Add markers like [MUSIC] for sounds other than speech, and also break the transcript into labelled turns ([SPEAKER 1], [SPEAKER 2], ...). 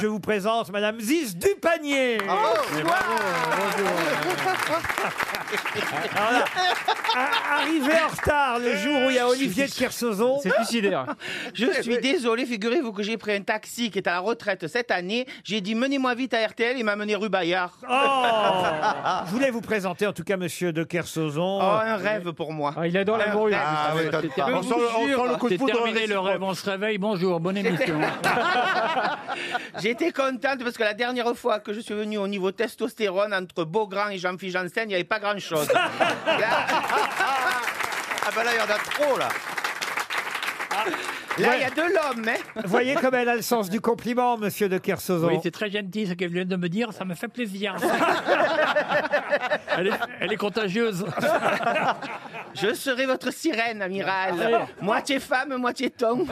[SPEAKER 1] vous présente Madame Ziz Dupanier. Alors là, a- Arrivé en retard le jour où il y a Olivier de Kersauzon.
[SPEAKER 2] C'est suicidaire.
[SPEAKER 3] Je suis désolé, figurez-vous que j'ai pris un taxi qui est à la retraite cette année. J'ai dit menez-moi vite à RTL, il m'a mené rue Bayard.
[SPEAKER 4] Ah,
[SPEAKER 1] Oh Je voulais vous présenter en tout cas Monsieur de Kersauzon.
[SPEAKER 3] Oh, un rêve pour moi.
[SPEAKER 2] Ah, il adore la
[SPEAKER 3] Ah,
[SPEAKER 2] morue.
[SPEAKER 4] Ah oui, t'as-
[SPEAKER 2] C'était-
[SPEAKER 4] on sent le- on sent le coup de
[SPEAKER 5] C'est
[SPEAKER 4] foudre
[SPEAKER 5] terminé le
[SPEAKER 4] réciproque.
[SPEAKER 5] rêve, on se réveille, bonjour, bonne émission.
[SPEAKER 3] J'étais contente parce que la dernière fois que je suis venu au niveau testostérone entre Beaugrand et Jean-Philippe Janssen, il n'y avait pas grand-chose. Là,
[SPEAKER 4] Ah bah là, il y en a trop, là
[SPEAKER 3] là, il y a de l'homme, hein.
[SPEAKER 1] Voyez comme elle a le sens du compliment, Monsieur de Kersauzon.
[SPEAKER 5] Oui, c'est très gentil ce qu'elle vient de me dire, ça me fait
[SPEAKER 4] [LAUGHS]
[SPEAKER 5] plaisir. elle, est, elle est contagieuse.
[SPEAKER 3] Je serai votre sirène, amiral. Moitié femme, moitié tombe.